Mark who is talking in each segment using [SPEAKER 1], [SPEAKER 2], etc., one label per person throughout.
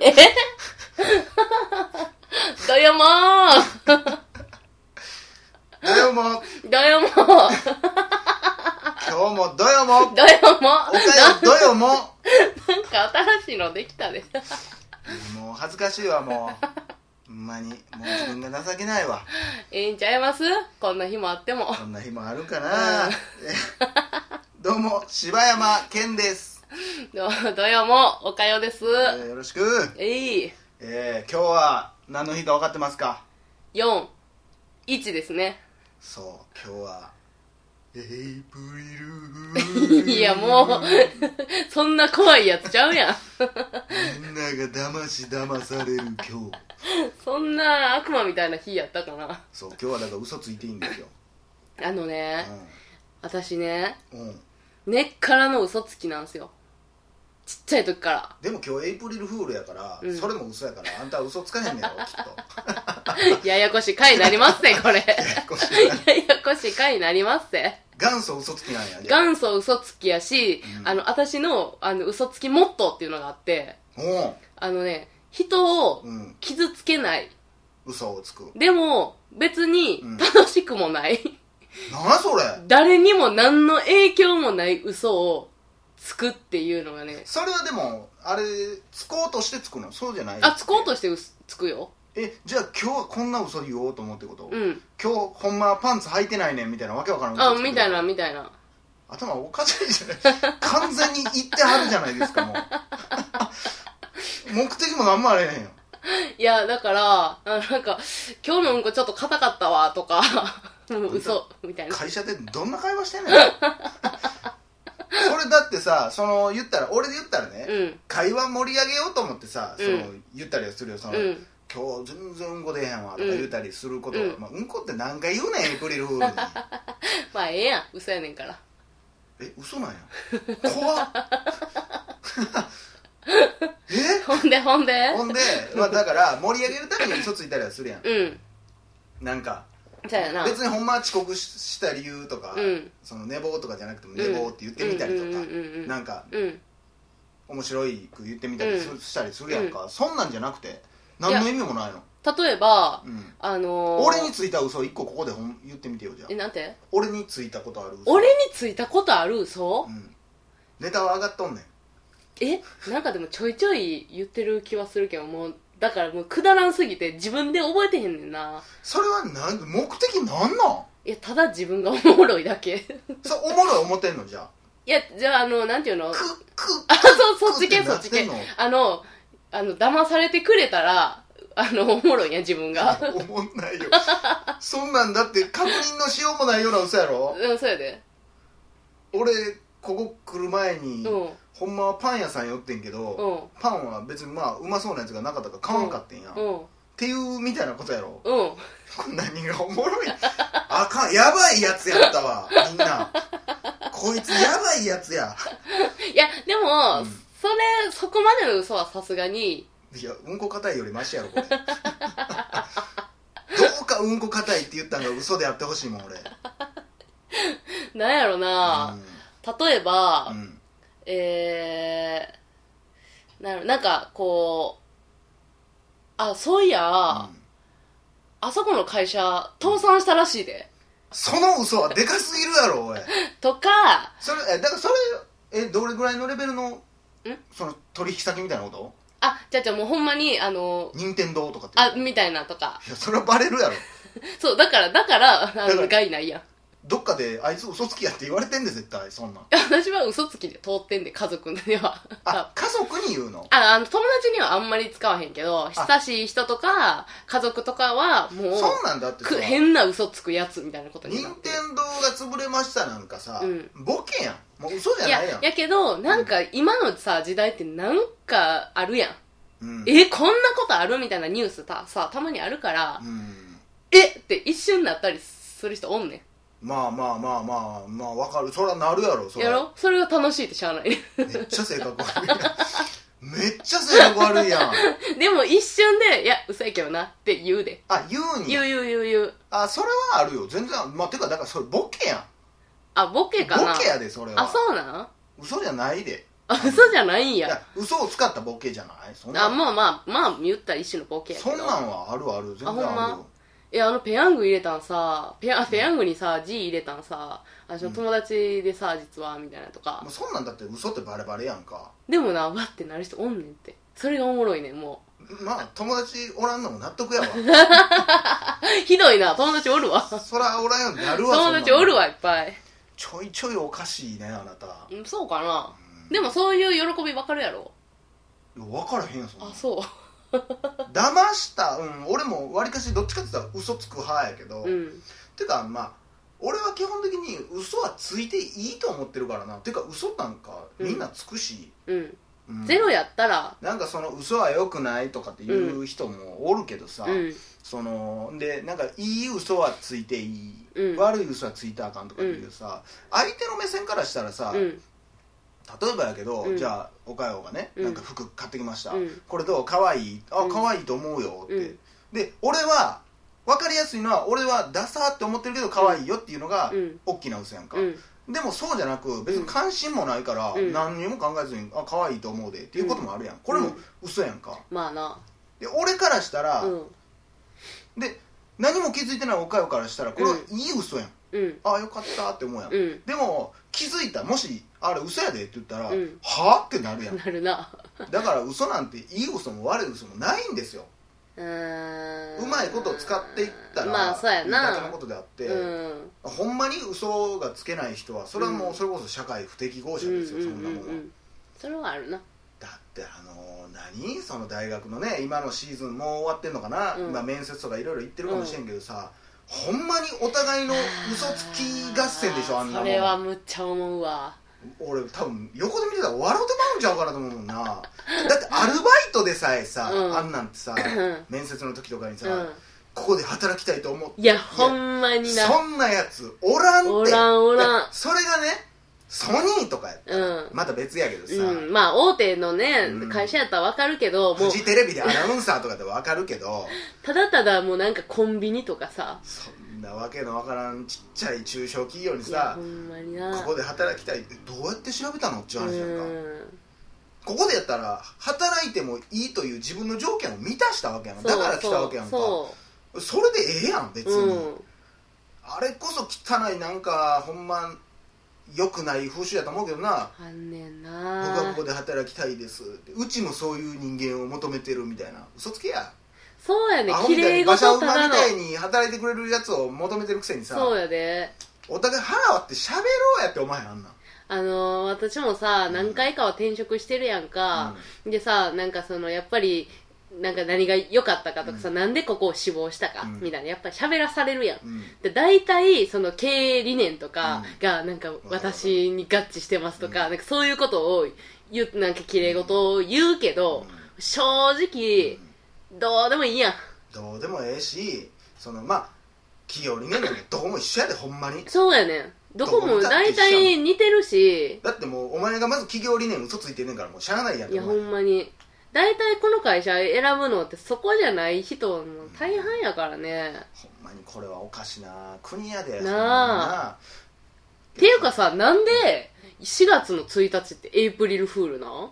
[SPEAKER 1] えどよも
[SPEAKER 2] どよも
[SPEAKER 1] ーどよもー
[SPEAKER 2] 今日もどよも
[SPEAKER 1] どよも
[SPEAKER 2] おかよ
[SPEAKER 1] ー
[SPEAKER 2] どよも
[SPEAKER 1] なんか新しいのできたで。
[SPEAKER 2] もう恥ずかしいわもうほんまにもう自分が情けないわ
[SPEAKER 1] いいんちゃいますこんな日もあっても。
[SPEAKER 2] こんな日もあるか
[SPEAKER 1] う
[SPEAKER 2] な
[SPEAKER 1] ん
[SPEAKER 2] どうも柴山健です、
[SPEAKER 1] どどよもーおかよです。
[SPEAKER 2] えーよろしく、
[SPEAKER 1] えい、
[SPEAKER 2] えー今日は何の日か分かってますか
[SPEAKER 1] 4、1ですね。
[SPEAKER 2] そう今日はエイプリルフール
[SPEAKER 1] いや、もう、そんな怖いやつちゃうやん。
[SPEAKER 2] みんなが騙し騙される今日
[SPEAKER 1] そんな悪魔みたいな日やったかな。
[SPEAKER 2] そう今日はだから嘘ついていいんですよ、
[SPEAKER 1] あのね、私ね、
[SPEAKER 2] うんうん、
[SPEAKER 1] 根っからの嘘つきなんですよ。ちっちゃい時から。
[SPEAKER 2] でも今日エイプリルフールやから、
[SPEAKER 1] うん
[SPEAKER 2] それも嘘やからあんたは嘘つかへんねやろ きっと
[SPEAKER 1] ややこしい回になりますね、これ。
[SPEAKER 2] こっちが
[SPEAKER 1] ややこしい回になりますね。
[SPEAKER 2] 元祖嘘つきなんやで
[SPEAKER 1] 元祖嘘つきやし、
[SPEAKER 2] うん
[SPEAKER 1] あの、私の、あの、嘘つきモットーっていうのがあって、あのね、人を
[SPEAKER 2] うん、うん、
[SPEAKER 1] 傷つけない。
[SPEAKER 2] 嘘をつく
[SPEAKER 1] でも、別に
[SPEAKER 2] うん
[SPEAKER 1] 楽しくもない。
[SPEAKER 2] なあそれ
[SPEAKER 1] 誰にも何の影響もない嘘をつくっていうのがね、
[SPEAKER 2] それはでもあれつこうとしてつくのそうじゃない
[SPEAKER 1] あ、つこうと
[SPEAKER 2] して
[SPEAKER 1] してうすつくよ。
[SPEAKER 2] えじゃあ今日はこんな嘘言おうと思うってこと、
[SPEAKER 1] うん。
[SPEAKER 2] 今日ほんまはパンツ履いてないねんみたいなわけわからん嘘
[SPEAKER 1] あ、
[SPEAKER 2] つく
[SPEAKER 1] みたいな、みたいな。
[SPEAKER 2] 頭おかしいじゃない完全に言ってはるじゃないですかも う目的も何もあれへんよ
[SPEAKER 1] いや、だから、あなんか、今日のうんこちょっと硬かったわ、とか、 もう嘘、みたいな。
[SPEAKER 2] 会社でどんな会話してんのよそれだってさその言ったら俺で言ったらね、
[SPEAKER 1] うん。
[SPEAKER 2] 会話盛り上げようと思ってさ、
[SPEAKER 1] うん
[SPEAKER 2] その言ったりはするよその、
[SPEAKER 1] うん。
[SPEAKER 2] 今日全然うんこ出へんわとか言うたりすること、
[SPEAKER 1] うん
[SPEAKER 2] まあ、うんこって何回言うねんエイプリルフールに
[SPEAKER 1] まあ、ええやん。嘘やねんから。
[SPEAKER 2] え嘘なんや怖っえ
[SPEAKER 1] ほんで、ほんで。
[SPEAKER 2] ほんで、まあ、だから盛り上げるために嘘ついたりはするやん
[SPEAKER 1] うん。
[SPEAKER 2] なんか
[SPEAKER 1] そうやな。
[SPEAKER 2] 別にほんまは遅刻しした理由とか、
[SPEAKER 1] うん
[SPEAKER 2] その寝坊とかじゃなくても寝坊って言ってみたりとか、
[SPEAKER 1] うんうんうんうんうん
[SPEAKER 2] なんか
[SPEAKER 1] うん。
[SPEAKER 2] 面白いく言ってみたりす
[SPEAKER 1] うん
[SPEAKER 2] したりするやんか、そんなんじゃなくて何の意味もないの
[SPEAKER 1] 例えば、
[SPEAKER 2] うん
[SPEAKER 1] あのー、
[SPEAKER 2] 俺についた嘘一個ここでほん言ってみてよじゃあ
[SPEAKER 1] え、なんて
[SPEAKER 2] 俺についたことある嘘
[SPEAKER 1] 俺についたことある嘘
[SPEAKER 2] うんネタは上がっとんねん
[SPEAKER 1] えなんかでもちょいちょい言ってる気はするけど、もう、だからもうくだらんすぎて自分で覚えてへんねんな。
[SPEAKER 2] それはなん目的なんなん
[SPEAKER 1] いや、ただ自分がおもろいだけ。
[SPEAKER 2] それおもろい思ってんのじゃ
[SPEAKER 1] いや、じゃあ、あの、なんていうの
[SPEAKER 2] あくく
[SPEAKER 1] あ、そう、そっち
[SPEAKER 2] く
[SPEAKER 1] 系、
[SPEAKER 2] って
[SPEAKER 1] そ
[SPEAKER 2] な
[SPEAKER 1] ってち
[SPEAKER 2] ん
[SPEAKER 1] 系
[SPEAKER 2] の。
[SPEAKER 1] あの、あの、騙されてくれたら、あの、おもろいやん、自分が。
[SPEAKER 2] おもんないよそんなんだって確認のしようもないような嘘やろ
[SPEAKER 1] うん、そうやで。
[SPEAKER 2] 俺ここ来る前に、
[SPEAKER 1] うん、
[SPEAKER 2] ほんまはパン屋さん寄ってんけど、
[SPEAKER 1] うん、
[SPEAKER 2] パンは別にまあうまそうなやつがなかったから買わんかってんや、
[SPEAKER 1] う
[SPEAKER 2] っ
[SPEAKER 1] ん、
[SPEAKER 2] ていうみたいなことやろ
[SPEAKER 1] うん。
[SPEAKER 2] これ何がおもろいあかんやばいやつやったわみんなこいつやばいやつや
[SPEAKER 1] いや、でも、
[SPEAKER 2] うん
[SPEAKER 1] それ、そこまでの嘘はさすがに、
[SPEAKER 2] いやうんこ硬いよりマシやろこれどうかうんこ硬いって言ったのが嘘でやってほしいもん俺
[SPEAKER 1] なんやろな、例えば、
[SPEAKER 2] うん、うん
[SPEAKER 1] えー、なんやろなんか、こう、あ、そういや、
[SPEAKER 2] うん
[SPEAKER 1] あそこの会社、倒産したらしいで。
[SPEAKER 2] その嘘はでかすぎるやろおい
[SPEAKER 1] とか、
[SPEAKER 2] それえだからそれえどれぐらいのレベルのその取引先みたいなこと
[SPEAKER 1] あ、じゃあじゃあもうほんまに、あの、
[SPEAKER 2] 任天堂とかって
[SPEAKER 1] あ、みたいなとか。
[SPEAKER 2] いやそれはバレるやろ
[SPEAKER 1] そう、だから、だから、あ
[SPEAKER 2] だか
[SPEAKER 1] の、
[SPEAKER 2] ら
[SPEAKER 1] 害ないやん。
[SPEAKER 2] どっかであいつ嘘つきやって言われてんで絶対そんなん
[SPEAKER 1] 私は嘘つきで通ってんで、家族では。
[SPEAKER 2] あ家族に言うの
[SPEAKER 1] ああの友達にはあんまり使わへんけど親しい人とか家族とかはもう
[SPEAKER 2] そんなんだってさ
[SPEAKER 1] く変な嘘つくやつみたいなことに
[SPEAKER 2] 任
[SPEAKER 1] なって
[SPEAKER 2] 天
[SPEAKER 1] る
[SPEAKER 2] 堂が潰れましたなんかさ、
[SPEAKER 1] うん
[SPEAKER 2] ボケやんもう嘘じゃ
[SPEAKER 1] い
[SPEAKER 2] ないや
[SPEAKER 1] や
[SPEAKER 2] ん
[SPEAKER 1] やけどなんか今のさ時代ってなんかあるやん、
[SPEAKER 2] うん
[SPEAKER 1] えこんなことあるみたいなニュースたさたまにあるから、
[SPEAKER 2] うん
[SPEAKER 1] えって一瞬なったりする人おんね
[SPEAKER 2] まあまあまあまあまあわかるそりゃなるやろそり
[SPEAKER 1] んや
[SPEAKER 2] ゃ
[SPEAKER 1] ろそれが楽しいってしゃあないね
[SPEAKER 2] めっちゃ性格悪いやん めっちゃ性格悪いやん
[SPEAKER 1] でも一瞬でいや嘘やけどなって言うで
[SPEAKER 2] あ言うん
[SPEAKER 1] 言
[SPEAKER 2] や
[SPEAKER 1] う言う言う言う
[SPEAKER 2] あそれはあるよ全然まあてかだからそれボケやん
[SPEAKER 1] あボケかな
[SPEAKER 2] ボケやでそれは
[SPEAKER 1] あそうなん
[SPEAKER 2] 嘘じゃないで
[SPEAKER 1] あ嘘じゃないん
[SPEAKER 2] いや
[SPEAKER 1] や
[SPEAKER 2] 嘘を使ったボケじゃないそんな
[SPEAKER 1] あまあまあまあ言ったら一種のボケやけ
[SPEAKER 2] そ
[SPEAKER 1] ど
[SPEAKER 2] んなんはあるある全然あるよ
[SPEAKER 1] あほんまえあのペヤング入れたんさペヤペヤングにさ G 入れたんさ私の友達でさ実はみたいなとか
[SPEAKER 2] もうそんなんだって嘘ってバレバレやんか
[SPEAKER 1] でもなわってなる人おんねんってそれがおもろいねんも
[SPEAKER 2] まあ友達おらんのも納得 やわ
[SPEAKER 1] う ひどいな友達おるわ
[SPEAKER 2] そらおらんようになるわ
[SPEAKER 1] 友達おる
[SPEAKER 2] わ
[SPEAKER 1] わいっぱい
[SPEAKER 2] ちょいちょいおかしいねあなた
[SPEAKER 1] うんそうかな
[SPEAKER 2] うん
[SPEAKER 1] でもそういう喜びわかるやろ
[SPEAKER 2] いや分からへんよそんな
[SPEAKER 1] あそう
[SPEAKER 2] 騙したうん俺もわりかしどっちかって言ったら嘘つく派やけど、
[SPEAKER 1] うん
[SPEAKER 2] てかまあ俺は基本的に嘘はついていいと思ってるからなてか嘘なんかみんなつくし、
[SPEAKER 1] うん
[SPEAKER 2] うん
[SPEAKER 1] ゼロやったら
[SPEAKER 2] なんかその嘘は良くないとかって言う人もおるけどさ、
[SPEAKER 1] うん
[SPEAKER 2] そのでなんかいい嘘はついていい、
[SPEAKER 1] うん
[SPEAKER 2] 悪い嘘はついたらあかんとかっていうさ、相手の目線からしたらさ、
[SPEAKER 1] う
[SPEAKER 2] 例
[SPEAKER 1] ん
[SPEAKER 2] えばやけど、
[SPEAKER 1] うん
[SPEAKER 2] じゃあおかようがね、
[SPEAKER 1] うん
[SPEAKER 2] なんか服買ってきました、
[SPEAKER 1] うん
[SPEAKER 2] これどう可愛いあ
[SPEAKER 1] うん
[SPEAKER 2] 可愛いと思うよって、
[SPEAKER 1] うん
[SPEAKER 2] で俺は分かりやすいのは俺はダサーって思ってるけど可愛いよっていうのが
[SPEAKER 1] うん
[SPEAKER 2] 大きな嘘やんか、
[SPEAKER 1] うん
[SPEAKER 2] でもそうじゃなく別に関心もないから
[SPEAKER 1] うん
[SPEAKER 2] 何にも考えずにあ可愛いと思うでっていうこともあるやんこれも嘘やんか
[SPEAKER 1] まあな
[SPEAKER 2] で俺からしたら、
[SPEAKER 1] うん
[SPEAKER 2] で何も気づいてないおかよからしたらこれはいい嘘やん、
[SPEAKER 1] うん
[SPEAKER 2] ああよかったって思うやん、
[SPEAKER 1] うん
[SPEAKER 2] でも気づいたもしあれ嘘やでって言ったら、
[SPEAKER 1] うん
[SPEAKER 2] はあってなるやん
[SPEAKER 1] なるな
[SPEAKER 2] だから嘘なんていい嘘も悪い嘘もないんですよ
[SPEAKER 1] うーん
[SPEAKER 2] うまいこと使っていったら
[SPEAKER 1] まあそうや
[SPEAKER 2] いいだけの
[SPEAKER 1] な
[SPEAKER 2] ことであって、
[SPEAKER 1] うん
[SPEAKER 2] ほんまに嘘がつけない人はそれはもうそれこそ社会不適合者ですよ、そんなもんは、
[SPEAKER 1] うんうんうんうんそれはあるな
[SPEAKER 2] だってあのー何その大学のね今のシーズンもう終わってんのかな、
[SPEAKER 1] うん
[SPEAKER 2] 今面接とかいろいろ言ってるかもしれんけどさ、ほんまにお互いの嘘つき合戦でしょあんなも
[SPEAKER 1] そ
[SPEAKER 2] ん
[SPEAKER 1] れはむっちゃ思うわ
[SPEAKER 2] 俺多分横で見てたら笑うてまうんちゃうかなと思うもんなだって アルバイトでさえさ、
[SPEAKER 1] うん
[SPEAKER 2] あんなんて さ
[SPEAKER 1] ん
[SPEAKER 2] 面接の時とかにさ、
[SPEAKER 1] う
[SPEAKER 2] ここで働きたいと思って
[SPEAKER 1] んいやほんまにな
[SPEAKER 2] そんなやつおらんって
[SPEAKER 1] おらんおらん
[SPEAKER 2] いやそれがねソニーとかやったら
[SPEAKER 1] うん
[SPEAKER 2] また別やけどさ、
[SPEAKER 1] うん、まあ大手のね、
[SPEAKER 2] うん
[SPEAKER 1] 会社やったらわかるけども
[SPEAKER 2] フ
[SPEAKER 1] う
[SPEAKER 2] ジテレビでアナウンサーとかでわかるけど
[SPEAKER 1] ただただもうなんかコンビニとかさ
[SPEAKER 2] そんなわけのわからんちっちゃい中小企業に
[SPEAKER 1] いや
[SPEAKER 2] さ
[SPEAKER 1] ほんまにな
[SPEAKER 2] ここで働きたいってどうやって調べたのっていう話やんか
[SPEAKER 1] うん
[SPEAKER 2] ここでやったら働いてもいいという自分の条件を満たしたわけやんだから来たわけやんか
[SPEAKER 1] そ
[SPEAKER 2] それでええやん別
[SPEAKER 1] う
[SPEAKER 2] に、
[SPEAKER 1] そう
[SPEAKER 2] あれこそ汚いなんかほんま良くない風習やと思うけどな
[SPEAKER 1] うんあんねん
[SPEAKER 2] 僕は
[SPEAKER 1] な
[SPEAKER 2] ここで働きたいですってうちもそういう人間を求めてるみたいな嘘つけや
[SPEAKER 1] そうやね
[SPEAKER 2] アホ
[SPEAKER 1] 綺
[SPEAKER 2] みたい
[SPEAKER 1] 麗
[SPEAKER 2] に馬車
[SPEAKER 1] 事
[SPEAKER 2] 馬
[SPEAKER 1] た
[SPEAKER 2] み
[SPEAKER 1] だの
[SPEAKER 2] たいに働いてくれるやつを求めてるくせにさ
[SPEAKER 1] そうやで
[SPEAKER 2] お互い腹割って喋ろうやってお前あんなん
[SPEAKER 1] あのー私もさ何回かは転職してるやんか、でさなんかそのやっぱりなんか何が良かったかとかさ、なんでここを志望したか、
[SPEAKER 2] うん
[SPEAKER 1] みたいなやっぱり喋らされるやん
[SPEAKER 2] うん
[SPEAKER 1] で大体その経営理念とかがなんか
[SPEAKER 2] る
[SPEAKER 1] 私に合致してますとか,、
[SPEAKER 2] うん
[SPEAKER 1] なんかそういうことを言うなんか綺麗事を言うけど、正直どうでもいいやん
[SPEAKER 2] どうでもええしそのまあ企業理念なんてどこも一緒やでほんまに
[SPEAKER 1] そうやねんどこ
[SPEAKER 2] ど
[SPEAKER 1] も
[SPEAKER 2] うだって
[SPEAKER 1] 大
[SPEAKER 2] 一緒やもん
[SPEAKER 1] 体似てるし
[SPEAKER 2] だってもうお前がまず企業理念嘘ついてんねんからもうしゃあないやん
[SPEAKER 1] いや
[SPEAKER 2] お
[SPEAKER 1] ほ
[SPEAKER 2] 前
[SPEAKER 1] んまに大体この会社選ぶのってそこじゃない人も大半やからね、
[SPEAKER 2] ほんまにこれはおかしな国やで
[SPEAKER 1] なあ
[SPEAKER 2] あ
[SPEAKER 1] っていうかさなんで4月の1日ってエイプリルフールなん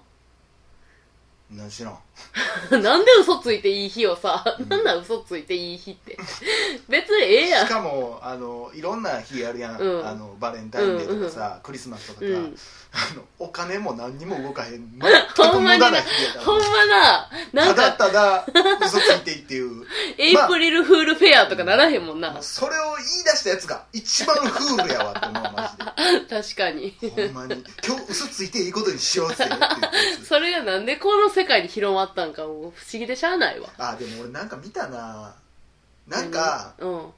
[SPEAKER 2] 何しろん
[SPEAKER 1] なんで嘘ついていい日をさ、
[SPEAKER 2] うん
[SPEAKER 1] なんなん嘘ついていい日って。別にええや
[SPEAKER 2] し
[SPEAKER 1] ん。
[SPEAKER 2] かもあのいろんな日やるやん、
[SPEAKER 1] うん
[SPEAKER 2] あのバレンタインデーとかさ、クリスマスとかさ、
[SPEAKER 1] うん
[SPEAKER 2] あのお金も何にも動かへん全く
[SPEAKER 1] ほん
[SPEAKER 2] 無
[SPEAKER 1] ま
[SPEAKER 2] 駄
[SPEAKER 1] に
[SPEAKER 2] な
[SPEAKER 1] な
[SPEAKER 2] 日やか、
[SPEAKER 1] ほんまな、な
[SPEAKER 2] ら
[SPEAKER 1] ん
[SPEAKER 2] ただ
[SPEAKER 1] か、
[SPEAKER 2] ただ嘘ついていいっていう
[SPEAKER 1] エイプリルフールフェアとかならへんもん
[SPEAKER 2] も
[SPEAKER 1] な
[SPEAKER 2] う。それを言い出したやつが一番フールやわって思うマ
[SPEAKER 1] 確かに。
[SPEAKER 2] ジでほんまに今日嘘ついていいことにしようぜって言ったやつ
[SPEAKER 1] それがなんでこの世界に広まったんかもう不思議でしゃあないわ。
[SPEAKER 2] あでも俺なんか見たななんか、
[SPEAKER 1] 何うん。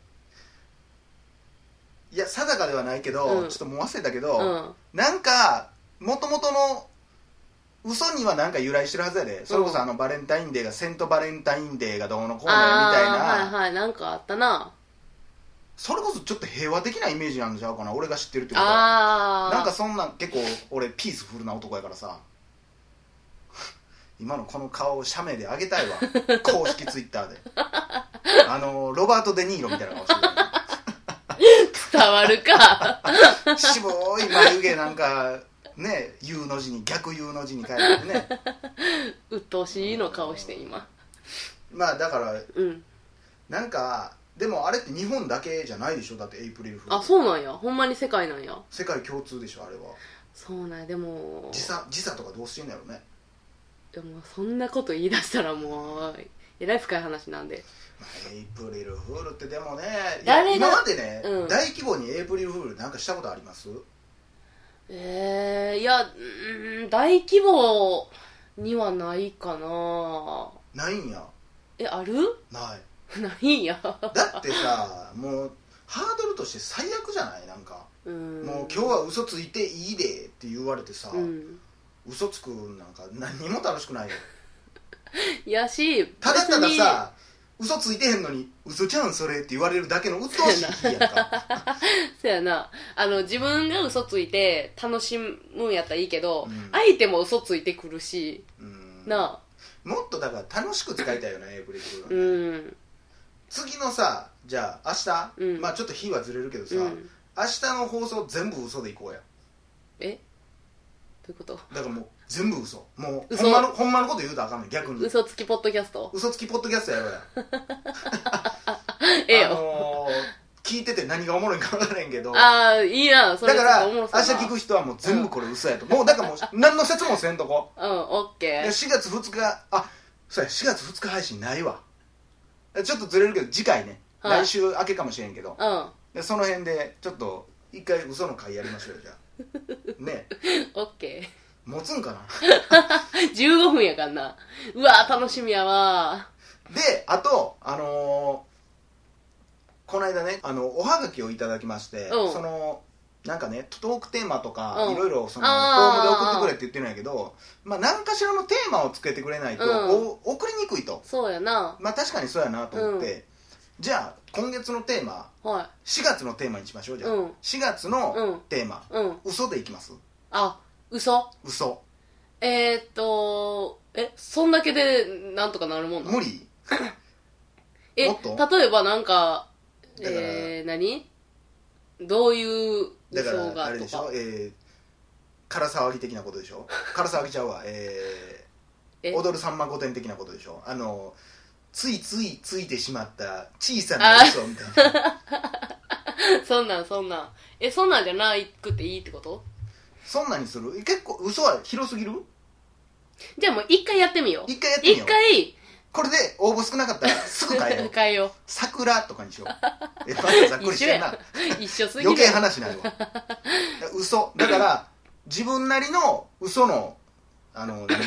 [SPEAKER 2] いや定かではないけど、
[SPEAKER 1] うん
[SPEAKER 2] ちょっともう忘れたけど、
[SPEAKER 1] うん。
[SPEAKER 2] なんかもともとの嘘にはなんか由来してるはずやでそれこそあのバレンタインデーがセントバレンタインデーがどうのこうのみたいな、
[SPEAKER 1] あー、はいはい、なんかあったな。
[SPEAKER 2] それこそちょっと平和的なイメージなんちゃうかな俺が知ってるってことは
[SPEAKER 1] あー。
[SPEAKER 2] なんかそんなん結構俺ピースフルな男やからさ 今のこの顔を写メであげた いわ公式ツイッターであのロバート・デ・ニーロみたいな顔して
[SPEAKER 1] 伝わるか。
[SPEAKER 2] る渋い眉毛なんかね U の字に逆 U の字に変えて ね
[SPEAKER 1] 鬱陶しいの顔して今
[SPEAKER 2] まあだから
[SPEAKER 1] うん
[SPEAKER 2] なんかでもあれって日本だけじゃないでしょだってエイプリルフール
[SPEAKER 1] あそうなんやほんまに世界なんや
[SPEAKER 2] 世界共通でしょあれは
[SPEAKER 1] そうなんやでも
[SPEAKER 2] 時差時差とかどうしてんだろうね
[SPEAKER 1] でもそんなこと言い出したらもうえらい深い話なんで
[SPEAKER 2] まあエイプリルフールってでもねいや
[SPEAKER 1] 誰が
[SPEAKER 2] 今までね、
[SPEAKER 1] うん
[SPEAKER 2] 大規模にエイプリルフールなんかしたことあります
[SPEAKER 1] えー、いやうーん大規模にはないかな
[SPEAKER 2] ないんや
[SPEAKER 1] えある
[SPEAKER 2] ない
[SPEAKER 1] ないんや
[SPEAKER 2] だってさもうハードルとして最悪じゃないなんか、
[SPEAKER 1] うん
[SPEAKER 2] もう今日は嘘ついていいでって言われてさ、
[SPEAKER 1] うん
[SPEAKER 2] 嘘つくんなんか何にも楽しくないよ
[SPEAKER 1] いやした
[SPEAKER 2] ただたださ嘘ついてへんのに嘘ちゃうんそれって言われるだけの鬱陶しい日や んか、
[SPEAKER 1] そうやなあの自分が嘘ついて楽しむんやったらいいけど、
[SPEAKER 2] うん
[SPEAKER 1] 相手も嘘ついてくるし、
[SPEAKER 2] うん
[SPEAKER 1] な
[SPEAKER 2] もっとだから楽しく使いたいよねエイプリルフールは
[SPEAKER 1] あ
[SPEAKER 2] ね
[SPEAKER 1] うん
[SPEAKER 2] 次のさじゃあ明日、
[SPEAKER 1] うん
[SPEAKER 2] まあちょっと日はずれるけどさ、
[SPEAKER 1] うん
[SPEAKER 2] 明日の放送全部嘘でいこうや
[SPEAKER 1] えどういうこと
[SPEAKER 2] だからもう全部嘘もう
[SPEAKER 1] 嘘
[SPEAKER 2] ほんまのほんまのこと言うとあかんの逆に
[SPEAKER 1] 嘘つきポッドキャスト
[SPEAKER 2] 嘘つきポッドキャストやろうや
[SPEAKER 1] ええ
[SPEAKER 2] あ
[SPEAKER 1] よ
[SPEAKER 2] のー聞いてて何がおもろいんか分からへんけどだ
[SPEAKER 1] ああーいいなそれ
[SPEAKER 2] か
[SPEAKER 1] ち
[SPEAKER 2] ら
[SPEAKER 1] ょっとおも
[SPEAKER 2] 明
[SPEAKER 1] ろ
[SPEAKER 2] 日
[SPEAKER 1] そうだな
[SPEAKER 2] 聞く人はもう全部これ嘘やと、もうだからもう何の説もせんと こ
[SPEAKER 1] うんオッ
[SPEAKER 2] で
[SPEAKER 1] ケー
[SPEAKER 2] 4月2日あそうや4月2日配信ないわちょっとずれるけど次回ね、
[SPEAKER 1] はい
[SPEAKER 2] 来週明けかもしれんけど
[SPEAKER 1] うん
[SPEAKER 2] でその辺でちょっと一回嘘の回やりましょうよじゃ あね
[SPEAKER 1] オッケ
[SPEAKER 2] 持つんかな
[SPEAKER 1] ー 15分やからなうわー楽しみやわ
[SPEAKER 2] であとあのーこの間ねあのおはがきをいただきまして、
[SPEAKER 1] うん
[SPEAKER 2] そのなんかねトークテーマとか、
[SPEAKER 1] うん
[SPEAKER 2] いろいろそのフォ
[SPEAKER 1] あ
[SPEAKER 2] ー
[SPEAKER 1] ー
[SPEAKER 2] ムで送ってくれって言ってるんやけど、まあ、何かしらのテーマをつけてくれないと、
[SPEAKER 1] うん
[SPEAKER 2] お送りにくいと
[SPEAKER 1] ーそうやな
[SPEAKER 2] まあ確かにそうやなと思って、じゃあ今月のテーマ
[SPEAKER 1] は
[SPEAKER 2] 4月のテーマにしましょう
[SPEAKER 1] い
[SPEAKER 2] じゃあ、
[SPEAKER 1] うん
[SPEAKER 2] 4月
[SPEAKER 1] う
[SPEAKER 2] の
[SPEAKER 1] ん
[SPEAKER 2] テーマ、
[SPEAKER 1] うん
[SPEAKER 2] 嘘でいきます
[SPEAKER 1] あ嘘
[SPEAKER 2] 嘘
[SPEAKER 1] えー、っとえそんだけでなんとかなるもんな
[SPEAKER 2] 無理
[SPEAKER 1] え
[SPEAKER 2] もっと
[SPEAKER 1] 例えばなんか
[SPEAKER 2] だから
[SPEAKER 1] えー、何どういう
[SPEAKER 2] だか
[SPEAKER 1] 嘘
[SPEAKER 2] らあ
[SPEAKER 1] が
[SPEAKER 2] れ
[SPEAKER 1] と
[SPEAKER 2] でしょ
[SPEAKER 1] か
[SPEAKER 2] えー、唐騒ぎ的なことでしょ唐騒ぎちゃうわえ
[SPEAKER 1] え
[SPEAKER 2] ー、踊るさんま御殿的なことでしょあのついついついてしまった小さ
[SPEAKER 1] あ
[SPEAKER 2] な
[SPEAKER 1] ー
[SPEAKER 2] 嘘みたいな
[SPEAKER 1] そんなんそんなんえそんなんじゃないくていいってこと
[SPEAKER 2] そんなにする結構嘘は広すぎる
[SPEAKER 1] じゃあもう一回やってみよう
[SPEAKER 2] 一回やってみ
[SPEAKER 1] 一
[SPEAKER 2] よう
[SPEAKER 1] 回
[SPEAKER 2] これで応募少なかったらすぐ変 えよう
[SPEAKER 1] 変えよ
[SPEAKER 2] 桜とかにしようえまたざっ
[SPEAKER 1] う
[SPEAKER 2] くりし
[SPEAKER 1] 一緒
[SPEAKER 2] てんな
[SPEAKER 1] や 一緒すぎる
[SPEAKER 2] 余計話ないわ嘘だから自分なりの嘘のあの何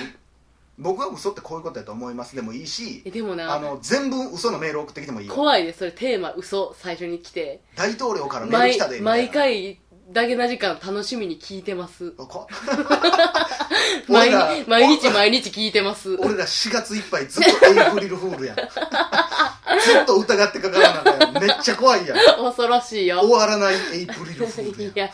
[SPEAKER 2] 僕は嘘ってこういうことやと思いますでもいいし
[SPEAKER 1] えでもな
[SPEAKER 2] あの全文嘘のメール送ってきてもいいよ
[SPEAKER 1] 怖いですそれテーマ嘘最初に来て
[SPEAKER 2] 大統領からメール
[SPEAKER 1] 毎
[SPEAKER 2] 来たでみたい
[SPEAKER 1] 毎
[SPEAKER 2] な
[SPEAKER 1] 回だけな時間楽しみに聞いてます
[SPEAKER 2] こ
[SPEAKER 1] 毎
[SPEAKER 2] 俺ら
[SPEAKER 1] 日毎日毎日聞いてます
[SPEAKER 2] 俺ら4月いっぱいずっとエイプリルフールやんずっと疑ってかからなあかんやんめっちゃ怖いやん
[SPEAKER 1] 恐ろしいよ
[SPEAKER 2] 終わらないエイプリルフールやん
[SPEAKER 1] い
[SPEAKER 2] めっ
[SPEAKER 1] や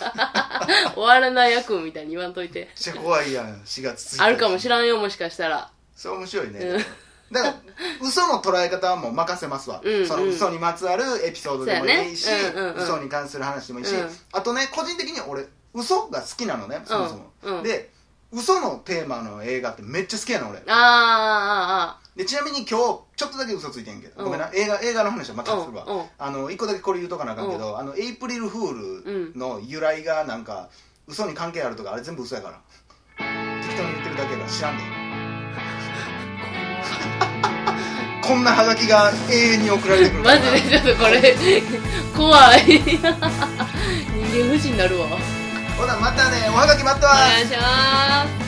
[SPEAKER 1] 終わらない役みたいに言わんといて
[SPEAKER 2] ちゃ怖いやん4月1日
[SPEAKER 1] あるかも
[SPEAKER 2] れ
[SPEAKER 1] しらんよもしかしたら
[SPEAKER 2] それ面白いね、
[SPEAKER 1] うん
[SPEAKER 2] だから嘘の捉え方はもう任せますわ、
[SPEAKER 1] うんうん
[SPEAKER 2] その嘘にまつわるエピソードでもいいし、
[SPEAKER 1] そうやねうんうんうん
[SPEAKER 2] 嘘に関する話でもいいし、
[SPEAKER 1] うん
[SPEAKER 2] あとね個人的に俺嘘が好きなのねそもそも、
[SPEAKER 1] うんうん
[SPEAKER 2] で嘘のテーマの映画ってめっちゃ好きやの俺
[SPEAKER 1] あーあ
[SPEAKER 2] でちなみに今日ちょっとだけ嘘ついてんけど、
[SPEAKER 1] うん
[SPEAKER 2] ごめんな映画映画の話はまたするわ、
[SPEAKER 1] うんうん
[SPEAKER 2] あの一個だけこれ言うとかなあかんけど、あのエイプリルフールの由来がなんか嘘に関係あるとかあれ全部嘘やから適当に言ってるだけやから知らんで こんなハガキが永遠に送られてく
[SPEAKER 1] ああ
[SPEAKER 2] る
[SPEAKER 1] マジ でちょっとこれ怖い 人間不信になるわお
[SPEAKER 2] ほなまたねおハガキ待ってます
[SPEAKER 1] 願いします